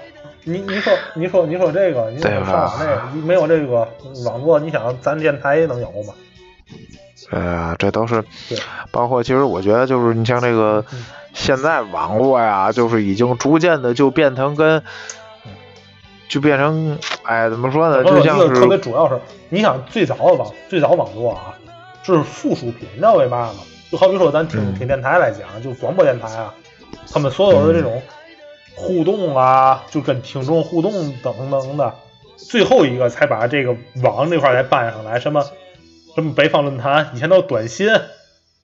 你你说你说你说这个，你说
对吧
上网那个，你没有这个网络，你想咱电台能有吗？
呃，这都是
对，
包括其实我觉得就是你像这个
嗯
现在网络呀，就是已经逐渐的就变成跟。就变成，哎，怎么说呢？
我
就
有
像
一个
是
特别主要是，你想最早的网最早网络啊，这是附属品，你知道为嘛吗？就好比说咱听
嗯
听电台来讲，就广播电台啊，他们所有的这种互动啊，就跟听众互动等等的，最后一个才把这个网这块儿才搬上来，什么什么北方论坛，以前都是短信，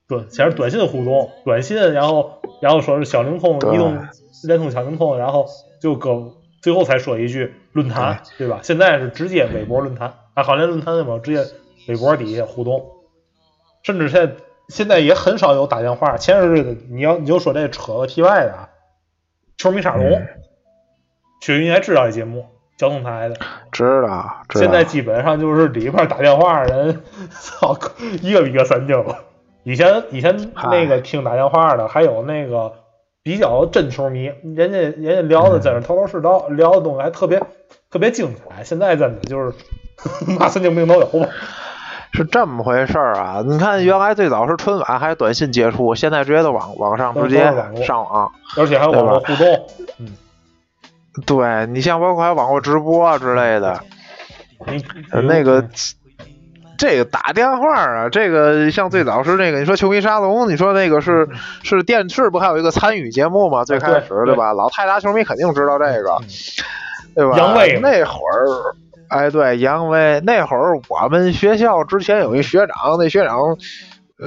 短前是短信互动，短信，然后然后说是小灵通、
对
移动、联通、小灵通，然后就搁最后才说一句论坛，对吧？现在是直接微博论坛啊，好像论坛那边直接微博底下互动，甚至现在现在也很少有打电话。前些日子你要你就说这扯个题外的啊，球迷沙龙
嗯，
雪云还知道这节目，交通台的，
知道知道。
现在基本上就是里边打电话的人， 操，一个比一个神经了。以前以前
嗨
那个听打电话的，还有那个比较真球迷，人家人家聊的真是
嗯
头头是道，聊的东西还特别特别精彩。现在真的就是 嘛神经病都有吧。
是这么回事儿啊！你看，原来最早是春晚还短信接触，现在直接都网网上
都
直接
都是网络
上网。
而且还有网络互动，嗯，
对你像包括还有网络直播啊之类的，
你
呃那个这个打电话啊，这个像最早是那个你说球迷沙龙，你说那个是是电视不还有一个参与节目吗？最开始
啊对嗯
对吧？老泰达球迷肯定知道这个，对吧？
杨威
那会儿。哎，对，杨威那会儿，我们学校之前有一学长，那学长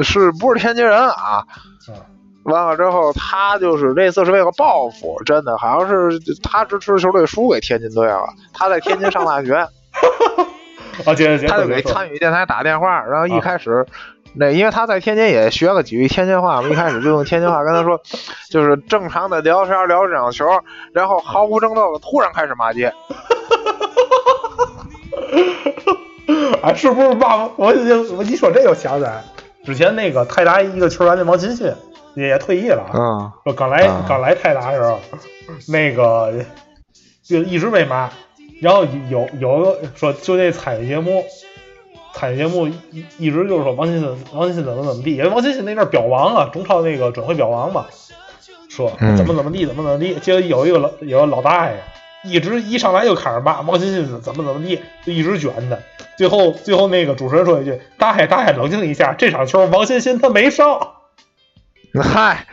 是不是天津人啊？
嗯
完了之后，他就是这次是为了报复，真的好像是他支持的球队输给天津队了，他在天津上大学，
啊，接着接着，
他就啊给参与电台打电话，然后一开始。那因为他在天津也学了几句天津话，我们一开始就用天津话跟他说，就是正常的聊天聊这场球，然后毫无征兆的突然开始骂街，
啊，是不是骂我？我就我一说这就想起来，之前那个泰达一个球员叫毛金鑫，也也退役了啊。
嗯，
说刚来、
啊
刚来泰达的时候，那个就一直被骂，然后有有个说就那参与节目，参与节目一一直就是说王金鑫王金鑫怎么怎么地，因为王金鑫那阵儿表王啊，中超那个转会表王嘛，说
嗯
怎么怎么地怎么怎么地，结果有一个老有个老大爷。一直一上来就开始骂王金鑫怎么怎么地，就一直卷他。最后最后那个主持人说一句：“大爷大爷，冷静一下，这场球王欣欣他没上。”
嗨，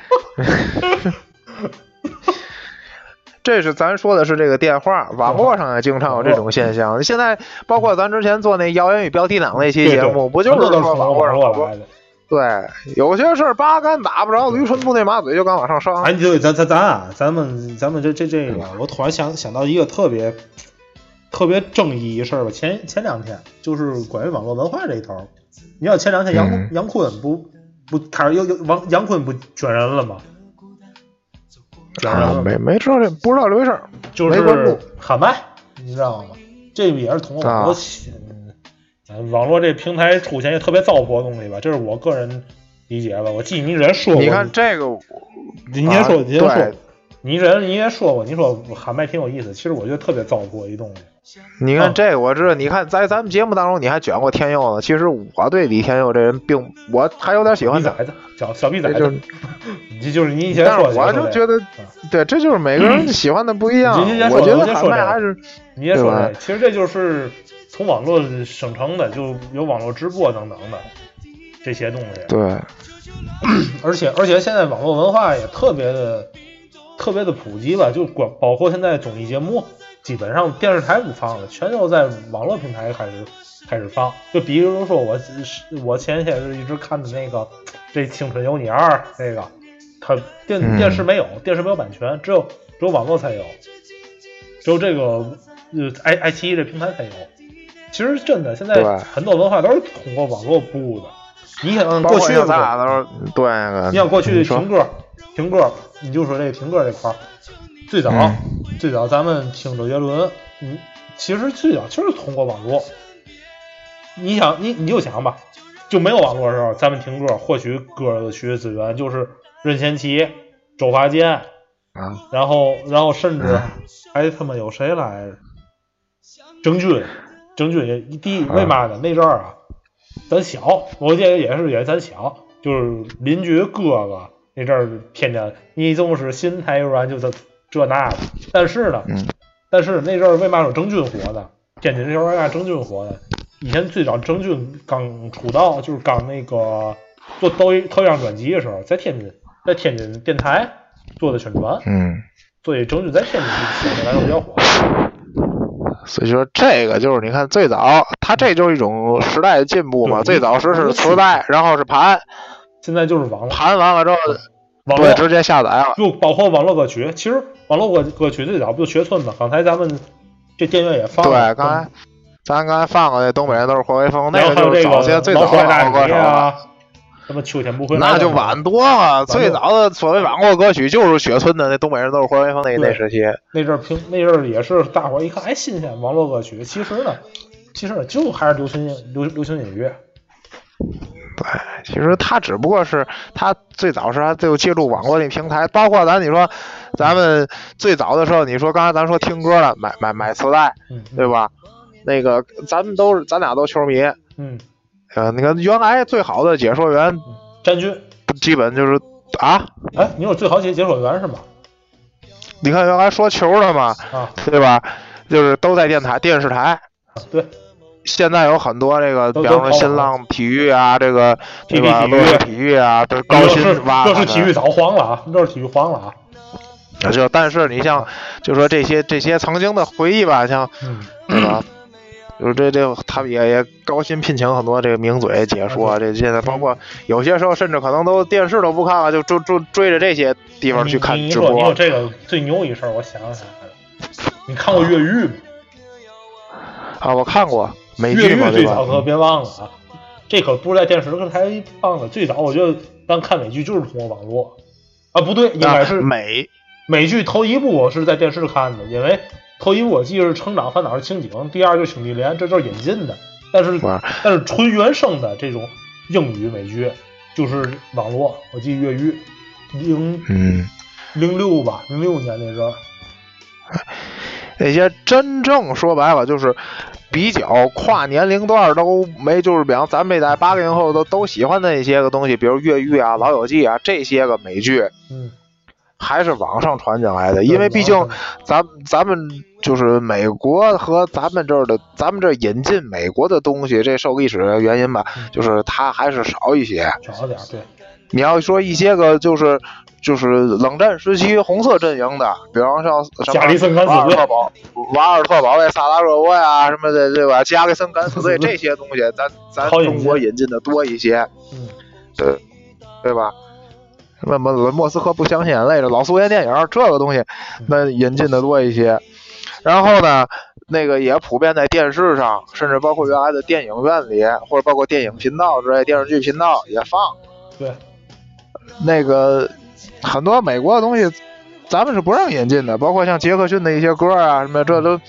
这是咱说的是这个电话，网络上也经常有这种现象。现在包括咱之前做那谣言与标题党那期
对
节
对
目，不就
全
是
都
说
从
网络上
络
好多
来的？
对，有些事儿八竿打不着，驴唇不对马嘴就敢往上上。
哎，对，咱咱咱啊，咱们咱们这这这个，我突然想想到一个特别特别正义一事儿吧。前前两天就是关于网络文化这一头儿，你要前两天杨、
嗯
杨坤不不，他又又王杨坤不卷人了吗？卷人
啊
了，吗，
没没知道这不知道这回事儿。
就
没关
是
注
喊麦，你知道吗？这也是通过网络
啊
起、嗯网络这平台出现一个特别糟粕的东西吧，这是我个人理解吧。我记得你人说过，
你看这个，
您先说，
啊
您先说
对，
你人你也说过，你说喊麦挺有意思，其实我觉得特别糟粕一东西。
你
嗯
看这个，我知道。你看在咱们节目当中，你还卷过天佑呢。其实我对李天佑这人并，我还有点喜
逼
欢他。
崽子，小小逼崽
啊这就
子
是，
你就是你以前
但
说，
是我就觉
得
得，对，这就是每个人喜欢的不一样。
您先说
我觉
您
得
先
喊
说这
麦
个
还是
你也说
对吧
对，其实这就是从网络生成的，就有网络直播等等的这些东西。
对，
而且而且现在网络文化也特别的特别的普及吧，就管包括现在综艺节目，基本上电视台不放了，全都在网络平台开始开始放。就比如说我我前些日一直看的那个这《青春有你二》那个，它电
嗯
电视没有，电视没有版权，只有只有网络才有，只有这个呃爱爱奇艺这平台才有。其实真的，现在
对
很多文化都是通过网络布的。你想
包
过
括
去
像
不
咱
是
俩都是对那个。
你想过去
啊你说
评歌，评歌，你就说这评歌这块儿，最早、
嗯
最早咱们听周杰伦，嗯，其实最早就是通过网络。你想，你你就想吧，就没有网络的时候，咱们听歌获取歌的曲资源就是任贤齐、周华健，
啊，嗯
然后然后甚至还他妈有谁来着？郑钧，郑钧也第一为嘛呢？那阵儿啊，咱小，我记得也是也是咱小，就是邻居哥哥那阵儿天天你总是心太软，就这这那的。但是呢，
嗯
但是那阵儿为嘛有郑钧火呢？天津那时候让郑钧火呢。以前最早郑钧刚出道，就是刚那个做抖音头一张专辑的时候，在天津，在天津电台做的宣传，
嗯，
所以整体在天津相对来说比较火。
所以说这个就是你看最早，它这就是一种时代的进步嘛。
对
最早是
我
是
我
磁带，然后是盘，
现在就是网络，
盘完了之后，
网
对，
络
啊直接下载了。
就包括网络歌曲，其实网络歌歌曲最早不就学村吗？刚才咱们这电源也放了，嗯
对，刚才咱刚才放过那东北人都是活威
然
风，那
后还有
就是
这
早些最
老
早
虎
的
爱大
网络歌
米
手了，
啊，什么秋天不回来，
那就晚多了。
多
最早的所谓网络歌曲就是雪村的那东北人都是活威风
对
那那时期，
那阵儿平那阵儿也是大伙儿一看，哎，新鲜网络歌曲。其实呢，其实呢就还是流行音流流行音乐，
对，其实他只不过是他最早是他就借助网络那平台，包括咱你说，咱们最早的时候，你说刚才咱说听歌了，买买买磁带，
嗯
对吧？那个咱们都是咱俩都球迷，
嗯，
呃，那个原来最好的解说员
詹军，
不基本就是啊，
哎，你有最好解解说员是吗？
你看原来说球的嘛，
啊，
对吧？就是都在电台、电视台。
对，
现在有很多这个，
都
比方
都
说
跑
新浪体育啊，这个对
PP
吧？
体育
乐视体育啊，都是高
这
薪
是
挖
这
他
是
们
体育早黄了啊，这是体育黄了啊，
就但是你像，就说这些这些曾经的回忆吧， 像
嗯，
对吧？就是这这，他们也也高薪聘请很多这个名嘴解
嗯
说，啊这现在包括有些时候甚至可能都电视都不看了，就追追追着这些地方去
哎你
看
你
直
说你
播啊
说。这个最牛一事儿，我想想啊，你看过越狱吗？
啊，我看过美
越
剧
狱
嘛，
最
对
早可
吧？
别忘了啊，这可不是在电视台放的，最早我觉得咱看美剧就是通过网络。啊，不对，应该
那
是
美
美剧头一部我是在电视看的，因为头一部我记得是《成长烦恼》是情景，第二就是《兄弟连》，这就是引进的。但是
哇
但是纯原声的这种英语美剧就是网络，我记得越狱零
嗯，
零六吧，零六年那阵儿，
那些真正说白了就是比较跨年龄段都没，就是比方咱这代八零后都都喜欢的一些个东西，比如《越狱》啊、《老友记》啊这些个美剧，
嗯，
还是网上传进来的，因为毕
网上
竟咱咱们就是美国和咱们这儿的，咱们这儿引进美国的东西，这受历史的原因吧
嗯，
就是它还是少一些。
少点儿对，
你要说一些个就是就是冷战时期红色阵营的，比方像什
加里
么
森敢
瓦尔
死队
特，堡、瓦尔特堡卫、萨拉热窝呀、什么的，对吧？加里森敢 死队这些东西，咱咱
好引
中
进
国引进的多一些，
嗯，
对对吧？什么莫斯科不相信眼泪的老苏联电影这个东
嗯
西，那引进的多一些。然后呢，那个也普遍在电视上，甚至包括原来的电影院里，或者包括电影频道之类、电视剧频道也放
对，
那个很多美国的东西，咱们是不让引进的，包括像杰克逊的一些歌啊什么的，这都。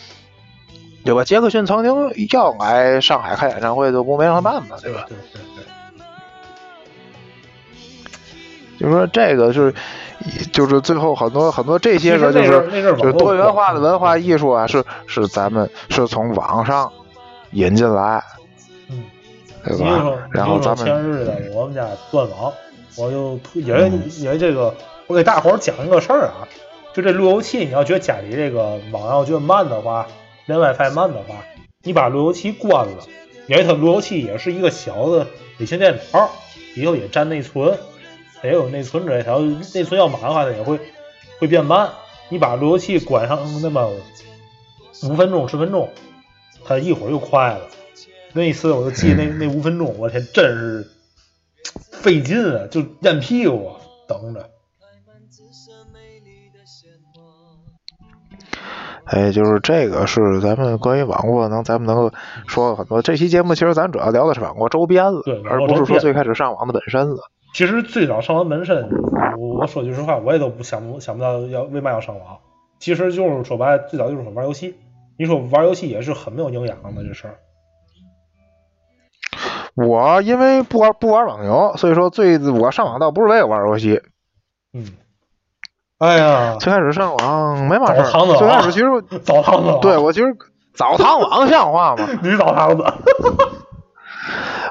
对吧？杰克逊曾经要来上海开演唱会，就不没让他办嘛，对吧？
对对对，
就是说这个是，就是最后很多很多这
其
些
实
个
那阵
就是
儿那阵儿网
就是
络
多元化的文化
嗯
艺术啊，是是咱们是从网上引进来，
嗯。
对
你就说
吧？，然后
你就说
咱
前
们
日子我们家断网，我就突因为
嗯
因为这个，我给大伙儿讲一个事儿啊，就这路由器，你要觉得家里这个网要觉得慢的话，连 WiFi 慢的话，你把路由器关了，因为它路由器也是一个小的笔记电脑，以后也占内存，也有内存之类的，它要内存要满的话，它也会会变慢。你把路由器关上那么五分钟十分钟，它一会儿又快了。那一次我就记那
嗯
那五分钟，我天，真是费劲啊，就咽屁股啊等着。
哎，就是这个是咱们关于网络能咱们能够说了很多。这期节目其实咱主要聊的是网络周边了
对，
而
网络
不是
周
说
边
最开始上网的本身了。
其实最早上完纹身，我我说句实话，我也都不想不想不到要为嘛要上网。其实就是说白了，最早就是玩游戏。你说玩游戏也是很没有营养的这事儿，
我因为不玩不玩网游，所以说最我上网倒不是为了玩游戏，
嗯，哎呀，
最开始上网没嘛事
澡堂子
儿。
啊
最开始其实
澡堂子，
对，我其实澡堂网像话吗？
女澡堂子，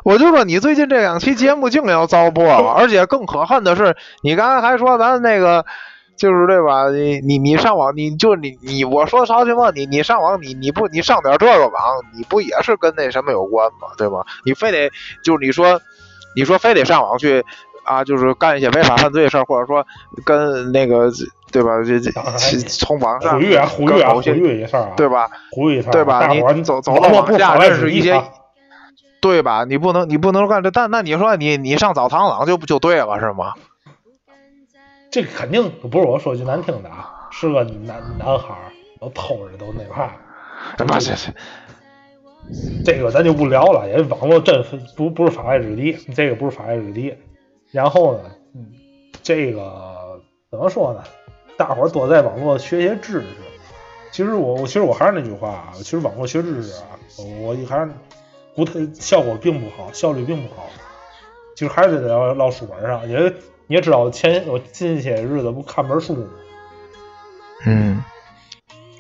我就说你最近这两期节目净聊糟粕了，而且更可恨的是，你刚才还说咱那个就是对吧？你你你上网，你就你你我说啥情况？你你上网，你你不你上点这个网，你不也是跟那什么有关吗？对吗？你非得就是你说。你说非得上网去啊，就是干一些违法犯罪的事儿，或者说跟那个对吧？这这这从网上
呼吁啊，呼吁
跟
啊，
某
呼
些
吁一下啊，
对吧？
呼吁一下啊，
对吧？
大
你
伙儿
你走走
网
到
络
网
不
下，
好
这
认
是
识
一些，对吧？你不能你不能干这，但那你说你你上澡堂子就不就对了是吗？
这个肯定不是我说句难听的啊，是个男男孩儿，都偷着都那啥。
这不这这
这个咱就不聊了，也网络真是不不是法外之地，这个不是法外之地。然后呢，嗯这个怎么说呢？大伙儿多在网络学些知识。其实我我其实我还是那句话啊，其实网络学知识啊，我我还是不太效果并不好，效率并不好。其实还是得聊唠书本上，因为你也知道，前我近些日子不看本书吗？
嗯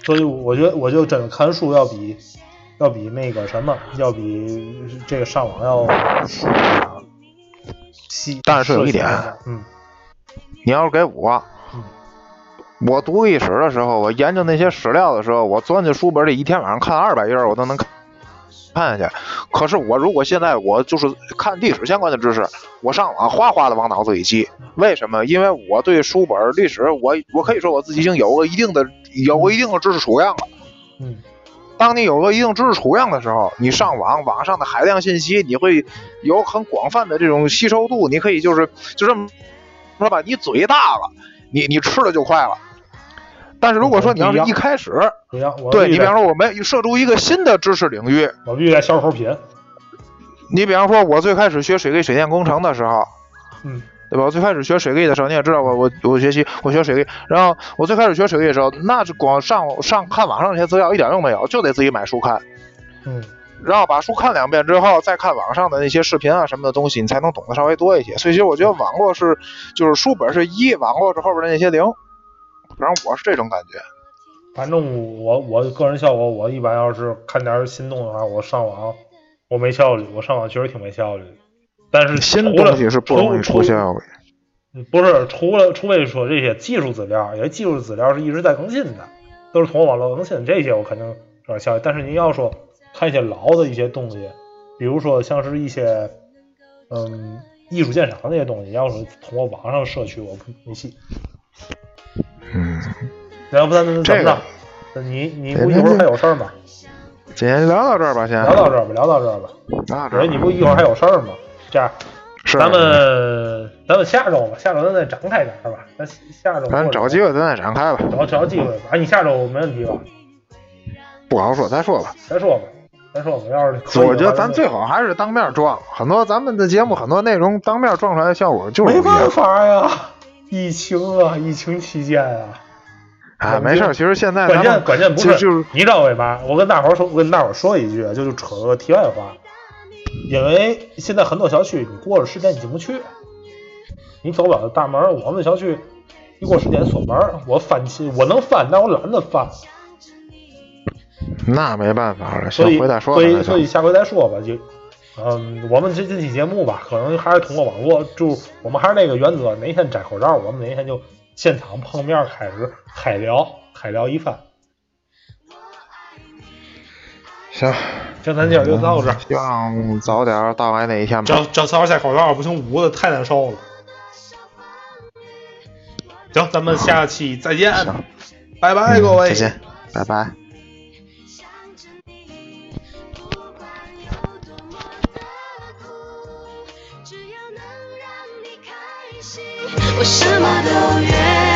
所以我觉得，我就真的看书要比要比那个什么，要比这个上网要舒服啊。吸
但是有一点，
嗯，
你要是给我
嗯，
我读历史的时候，我研究那些史料的时候，我钻进书本里一天晚上看二百页儿，我都能看看下去。可是我如果现在我就是看历史相关的知识，我上网哗哗的往脑子里记，为什么？因为我对书本儿历史，我我可以说我自己已经有了一定的有过一定的知识储量了。
嗯，
当你有了一定知识储量的时候，你上网网上的海量信息，你会有很广泛的这种吸收度，你可以就是就这么说吧，你嘴大了，你你吃的就快了。但是如果说你要是一开始，
不行，我
对
必
你
须
比
得
方说我没涉足一个新的知识领域，
我必须得小口品，
你比方说我最开始学水利水电工程的时候，
嗯
对吧？我最开始学水利的时候，你也知道我我我学习我学水利，然后我最开始学水利的时候，那是光上上看网上那些资料一点用没有，就得自己买书看。
嗯
然后把书看两遍之后，再看网上的那些视频啊什么的东西，你才能懂得稍微多一些。所以其实我觉得网络是，就是书本是一，网络是后边的那些零。反正我是这种感觉。
反正我我个人效果，我一般要是看点儿心动的话，我上网我没效率，我上网确实挺没效率的。但是
新
除了
东西是不容易
除
出
除
现的。
嗯不是，除了除非说这些技术资料，因为技术资料是一直在更新的，都是通过网络更新，这些我肯定有点消息。但是您要说看一些老的一些东西，比如说像是一些嗯艺术鉴赏那些东西，要是通过网上摄取，我不没戏。
嗯，
要不咱咱
这
怎
个
么着？你你不一会儿还有事儿吗？
今天聊到这儿吧，先
聊到这儿吧，聊到这儿吧。
聊到这
因为
儿。
你不一会儿还有事儿吗？这样，
是
咱们咱们下周吧，下周咱再展开点儿吧。咱下周
咱找机会咱再展开吧，
找找机会吧。哎，你下周没问题吧？
不好说，再说吧。
咱说吧，咱说吧，要是可以的话
我觉得咱最好还是当面撞，很多咱们的节目很多内容当面撞出来的效果就是
没
不一样
办法呀，疫情啊，疫情期间啊，
啊，没事儿。其实现在
关
咱
键
们
关键不
就就是
你知道为嘛？我跟大伙儿说，我跟大伙儿说一句，啊就是扯个题外话，因为现在很多小区你过了十点你进不去，你走不了大门儿。我们小区一过十点锁门儿，我翻起我能翻，但我懒得翻。
那没办法了，
所以
先回再说吧。
所
那
以
就
所以下回再说吧，就。嗯，我们这这期节目吧，可能还是通过网络，就我们还是那个原则，哪天摘口罩，我们哪天就现场碰面开始海聊，海聊一番。
行。嗯
行，咱今儿就到这儿，
希望早点到来那一天吧。
找找早点摘口罩，不行捂的太难受了。行，咱们下期再见，拜拜各位。
嗯再见，拜拜。
想着你，不管有多么的苦，只要能让你开心，我什么都愿